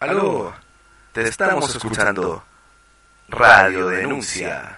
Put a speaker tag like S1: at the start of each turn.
S1: Aló, te estamos escuchando. Radio Denuncia.